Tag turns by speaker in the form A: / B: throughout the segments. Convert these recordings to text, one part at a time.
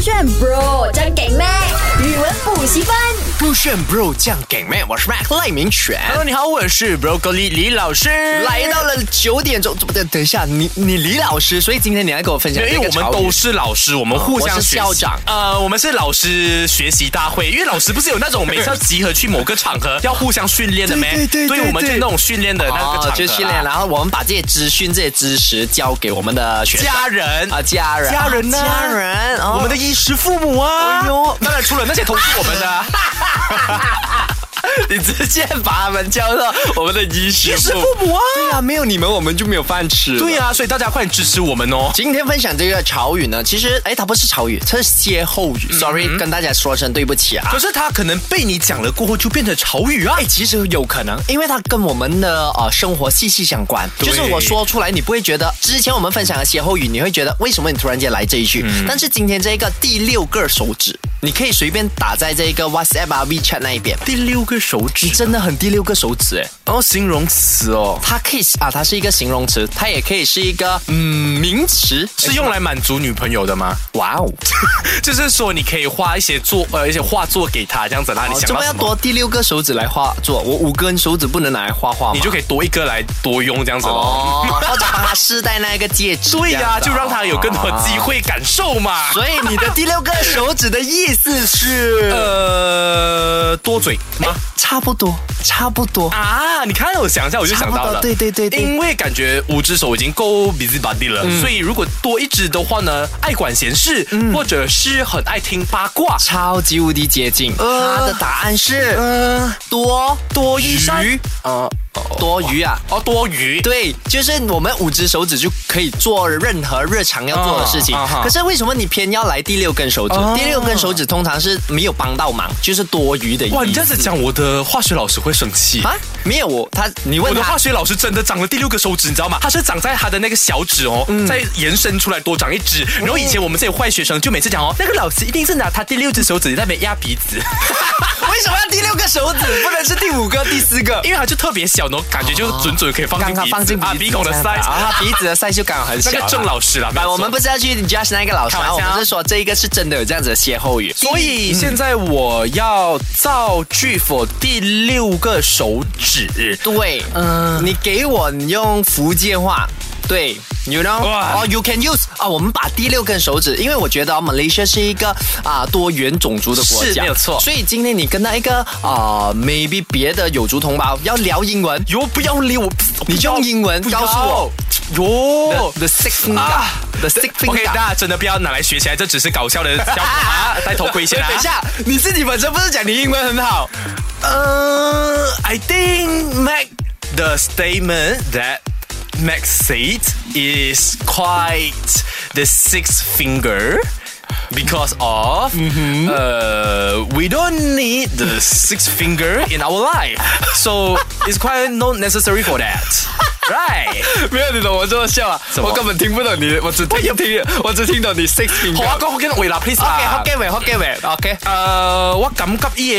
A: 炫 Bro 真给力，语文补习班。
B: 酷炫 bro 酱给妹，我是 Mac 赖明全。
C: Hello，你好，我是 Broccoli 李老师，哎
B: 来到了九点钟，怎么等等一下，你你李老师，所以今天你来跟我分享
C: 对。
B: 这
C: 因
B: 个
C: 为我们
B: 潮语
C: 都是老师，我们互相
B: 我是
C: 学习
B: 校长
C: 呃，我们是老师学习大会，因为老师不是有那种每次要集合去某个场合要互相训练的吗？
B: 对对对对
C: 所以我们就
B: 对
C: 那种训练的那个场合
B: 哦
C: 啊，
B: 就训练，然后我们把这些资讯、这些知识交给我们的学生
C: 家人
B: 啊，家人，
C: 家人呢
B: 啊家人，哦
C: 我们的衣食父母啊
B: 哎呦，
C: 当然除了那些同事我们的啊
B: 你直接把他们叫做 我们的衣食
C: 衣食
B: 父啊
C: 父母啊，
B: 对啊，没有你们我们就没有饭吃。
C: 对。呀，所以大家快点支持我们哦。
B: 今天分享这个潮语呢，其实哎，它不是潮语，它是歇后
C: 嗯
B: 语。Sorry，跟大家说声对不起啊。
C: 可是他可能被你讲了过后就变成潮语啊
B: 哎，，其实有可能，因为它跟我们的呃生活息息相关。
C: 对
B: 就是我说出来，你不会觉得之前我们分享的歇后语，你会觉得为什么你突然间来这一句？
C: 嗯
B: 但是今天这个第六个手指，你可以随便打在这个 WhatsApp 啊 WeChat 那一边。
C: 第六个手指
B: 你真的很第六个手指哎，
C: 哦，形容词哦，
B: 它可以啊，它是一个形容词，它也可以是一个嗯名词，
C: 是用来满足女朋友的吗？
B: 哇哦，
C: 就是说你可以画一些作呃一些画作给她，这样子让你
B: 哦
C: 想
B: 这
C: 到
B: 么要
C: 什么，
B: 多第六个手指来画作，我五根手指不能拿来画画吗
C: 你就可以多一个来多用这样子咯。
B: 哦， 或者帮他试戴那个戒指，
C: 对呀、
B: 这
C: 就
B: 样子
C: 让她有更多机会感受嘛。
B: 所以你的第六个手指的意思是，
C: 呃，多嘴吗？
B: 差不多，差不多。
C: 啊，你看我想一下，我就想
B: 差不
C: 到
B: 多
C: 了，
B: 对对对对
C: 因为感觉五只手已经够 busy body 了，所以如果多一只的话呢，爱管闲事，或者是很爱听八卦，
B: 超级无敌接近，它的答案是
C: 嗯，
B: 呃多
C: 多一山
B: 余，呃，多余啊，
C: 哦，多余，
B: 对，就是我们五只手指就可以做任何日常要做的事情。
C: 啊啊哈
B: 可是为什么你偏要来第六根手指？第六根手指通常是没有帮到忙，就是多余的意思。
C: 哇，你这样子讲，我的化学老师会生气。
B: 啊？没有我他，你问
C: 我的
B: 他
C: 化学老师真的长了第六个手指，你知道吗？他是长在他的那个小指哦，
B: 嗯
C: 再延伸出来多长一指。然后以前我们这些坏学生就每次讲哦，那个老师一定是拿他第六只手指在那边压鼻 子，
B: 为什么要第六个手指，不能是第五个、第四个？
C: 因为他就特别小，然后感觉就准准可以放进
B: 刚刚哦
C: 鼻子
B: 放进鼻
C: 啊
B: 子
C: 鼻孔的
B: 这样子
C: size，
B: 啊，鼻子的 size 就刚好很小
C: 那
B: 啦。
C: 个郑老师啦，没有
B: 啊，
C: 错
B: 我们不是要去 judge 那个老师
C: 开玩
B: 啊，
C: 笑
B: 我们是说这一个是真的有这样子的歇后语，
C: 所以现在我要造句否第六个手指。
B: 对，嗯，你给我你用福建话。对，you know，
C: 哇
B: 哦、y o u can use 啊、我们把第六根手指，因为我觉得、哦、Malaysia 是一个啊、多元种族的国
C: 是
B: 家，
C: 没有错
B: 所以今天你跟到一个啊、maybe 别的有族同胞要聊英文，
C: 哟，不要理我，
B: 你就用英文
C: 不要
B: 告诉我。
C: 哟
B: the, the six finger，the、
C: 啊
B: six
C: OK，
B: finger。
C: 大家真的不要拿来学起来，这只是搞笑的效果啊！戴头盔先啊！
B: 等一，下，你自己本身不是讲你英文很好？
C: 呃，I think Mac the statement that Mac said is quite the sixth finger. Because of, uh, we don't need the sixth finger in our life, so it's quite not necessary for that, right?
B: 没有，你懂我这么笑啊？
C: 么
B: 我根本听不懂你，我只听听，我只听懂你 six finger。
C: 好啊，講緊維納 please 啊
B: OK，好嘅，喂，好嘅，喂，OK。
C: 呃，我感觉伊个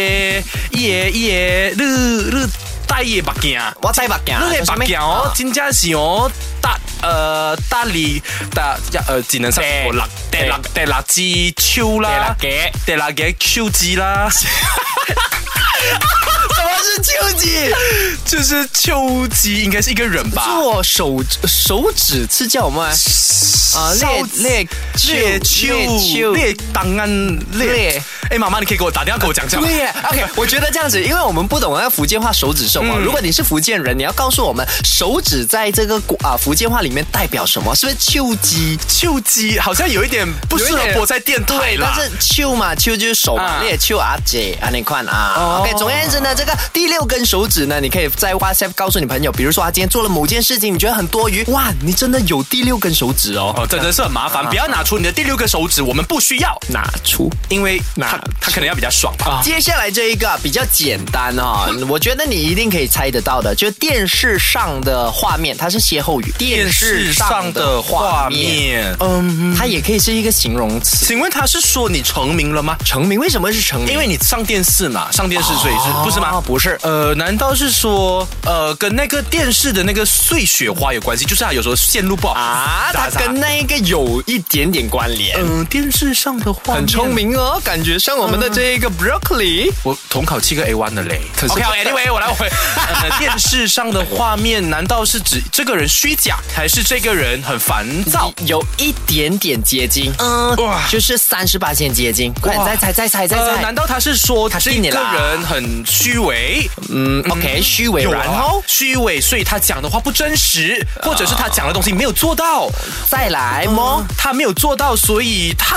C: 伊个伊个，你你戴伊个目镜，
B: 我戴白镜，
C: 你
B: 有
C: 个
B: 啥物
C: 目镜哦，真正是哦，搭呃搭哩搭一呃，只能三十五六，第六第六支手啦，
B: 第六
C: 个第六个手指啦，
B: 什么是秋季？
C: 就是手指应该是一个人吧。
B: 做手手指是叫我们啊，
C: 手指
B: 列列
C: 列
B: 秋
C: 手，列档案列
B: 列，
C: 哎，妈妈，你可以给我打电话给我讲讲吗。
B: 对耶，OK，我觉得这样子，因为我们不懂那个福建话手指什么。如果你是福建人，你要告诉我们手指在这个国啊福建话里面代表什么？是不是秋季？
C: 秋鸡好像有一点不适合播在电台
B: 对，
C: 啦
B: 但。是秋嘛，秋就是手嘛，
C: 啊
B: 你也秋啊姐啊，你看啊、OK，总而言之呢，这个第六根手指呢，你可以在 WhatsApp 告诉你朋友，比如说他今天做了某件事情，你觉得很多余，哇，你真的有第六根手指哦，
C: 啊哦，真的是很麻烦，不要拿出你的第六个手指，我们不需要，啊
B: 拿出，
C: 因为拿他他可能要比较爽吧。
B: 接下来这一个比较简单 哈、哦，我觉得你一定可以猜得到的，就电视上的画面，它是歇后语。
C: 电视上的画，面，
B: 嗯，它也可以是一个形容词。
C: 请问他是说你成名了吗？
B: 成名为什么是成名？
C: 因为你上电视嘛，上电视所以是、哦不是吗？
B: 不是
C: 呃，难道是说呃跟那个电视的那个碎雪花有关系？就是他有时候线路不好
B: 啊，它
C: 砸砸
B: 跟那个有一点点关联。
C: 嗯、电视上的画面
B: 很聪。明哦，感觉像我们的这一个 broccoli。
C: 我统考七个 A one 的嘞。可
B: 是
C: OK，Anyway，、我来回、 呃。电视上的画面，难道是指这个人虚假，还是这个人很烦躁？
B: 有一点点接近，嗯，
C: 哇
B: 就是三十八线接近。快点，
C: 哇
B: 再猜，再猜，再
C: 呃，
B: 猜
C: 难。道他是说他
B: 是
C: 是
B: 你
C: 一个
B: 啦
C: 人很虚伪，
B: 嗯，OK，虚啊伪，
C: 有
B: 然后
C: 虚伪，所以他讲的话不真实，
B: 啊
C: 或者是他讲的东西没有做到，哦
B: 再来么？
C: 他没有做到，所以他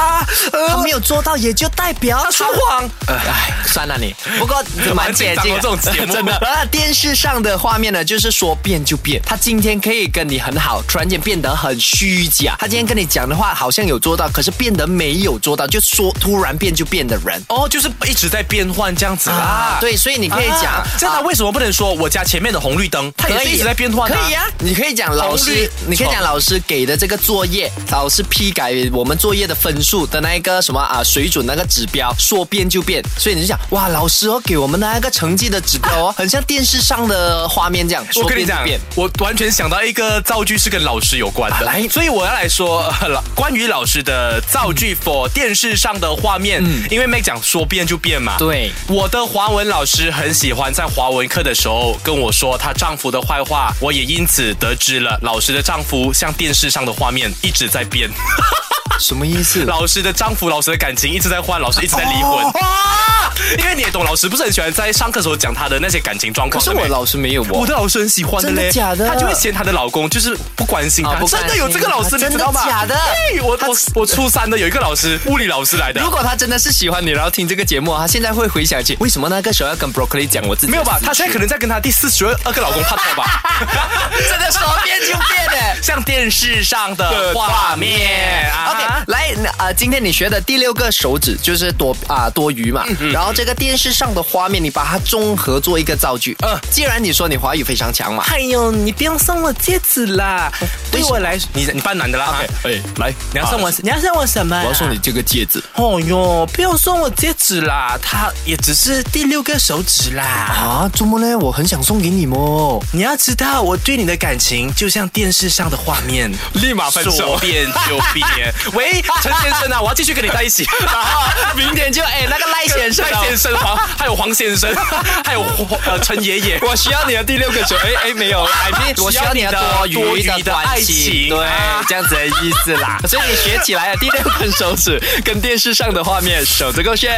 B: 他
C: 呃
B: 没有做到，也就代表
C: 他说谎。
B: 哎，算了你，不过蛮
C: 蛮
B: 接
C: 紧张
B: 近
C: 哦
B: 的
C: 这种节目
B: 真的。那电视上的画面呢，就是说变就变，他今天可以跟你很好，突然间变得很虚假。他今天跟你讲的话好像有做到，可是变得没有做到，就说突然变就变的人。
C: 哦，就是一直在变换这样子啦。
B: 啊对，所以你可以讲
C: 啊，这样他为什么不能说我家前面的红绿灯，他也
B: 可
C: 是
B: 以啊
C: 一直在变换、
B: 可以啊，你可以讲老
C: 红
B: 师
C: 绿，
B: 你可以讲老师给的这个作业，老师批改我们作业的分数的那一个什么啊水准那个指标，说变就变，所以你就想哇，老师哦给我们的那个成绩的指标 哦，很像电视上的画面这样，说
C: 我跟你
B: 变就
C: 讲
B: 变。，
C: 我完全想到一个造句是跟老师有关
B: 啊
C: 的，
B: 来
C: 所以我要来说、呃老关于老师的造句
B: 嗯
C: for 电视上的画面，因为 Mac 讲说变就变嘛。
B: 对
C: 我的华文老师很喜欢在华文课的时候跟我说她丈夫的坏话，我也因此得知了老师的丈夫像电视上的画面一直在 变，
B: 什么意思？
C: 老师的丈夫、老师的感情一直在换，老师一直在离 婚。因为你也懂，老师不是很喜欢在上课的时候讲她的那些感情状
B: 可
C: 况
B: 是
C: 的。
B: 我老师没有哦。
C: 我的老师很喜欢的嘞，
B: 真的假的
C: 她就会嫌她的老公就是不关心她。
B: 啊不关心
C: 真的有这个老师，
B: 她
C: 你知道吗？
B: 真的假的
C: 对， 我
B: 她
C: 我我初三的有一个老师，物理老师 来的
B: 如。果他真的是喜欢你，然后听这个节目，他现在会回想起为什么那个时候要跟 Broccoli 讲我自己
C: 没有吧？她现在可
B: 能
C: 能在跟她第四十二个老公拍拖吧。
B: 真的说变就变的。
C: 像电视上的画面啊
B: OK，来，那啊、呃今天你学的第六个手指就是多啊、多余嘛、然后这个电视上的画面，你把它综合做一个造句。嗯
C: 嗯，
B: 既然你说你华语非常强嘛，
C: 哎呦，你不要送我戒指啦！对我来，你你扮男的啦。啊
B: 哎，来，
C: 你要送我，你要送我什么？
B: 我要送你。这个戒指。
C: 哦哟，不要送我戒指啦，它也只是第六个手指啦。
B: 啊，怎么呢？我很想送给你哦么？
C: 你要知道，我对你的感情就像电视上的画面，
B: 立马
C: 说变就 变。喂，陈先生啊，我要继续跟你在一起。
B: 明天就哎，那个赖先生、
C: 赖先生黄，还有黄 先生，还有黄呃陈爷爷。
B: 我需要你的第六个手，哎哎，没有，I mean，我需要你的多余的啊关心，
C: 多余的
B: 对
C: 爱情，
B: 这样子的意思啦。所以你学起来了第六根手指跟电视上的画面手指勾选。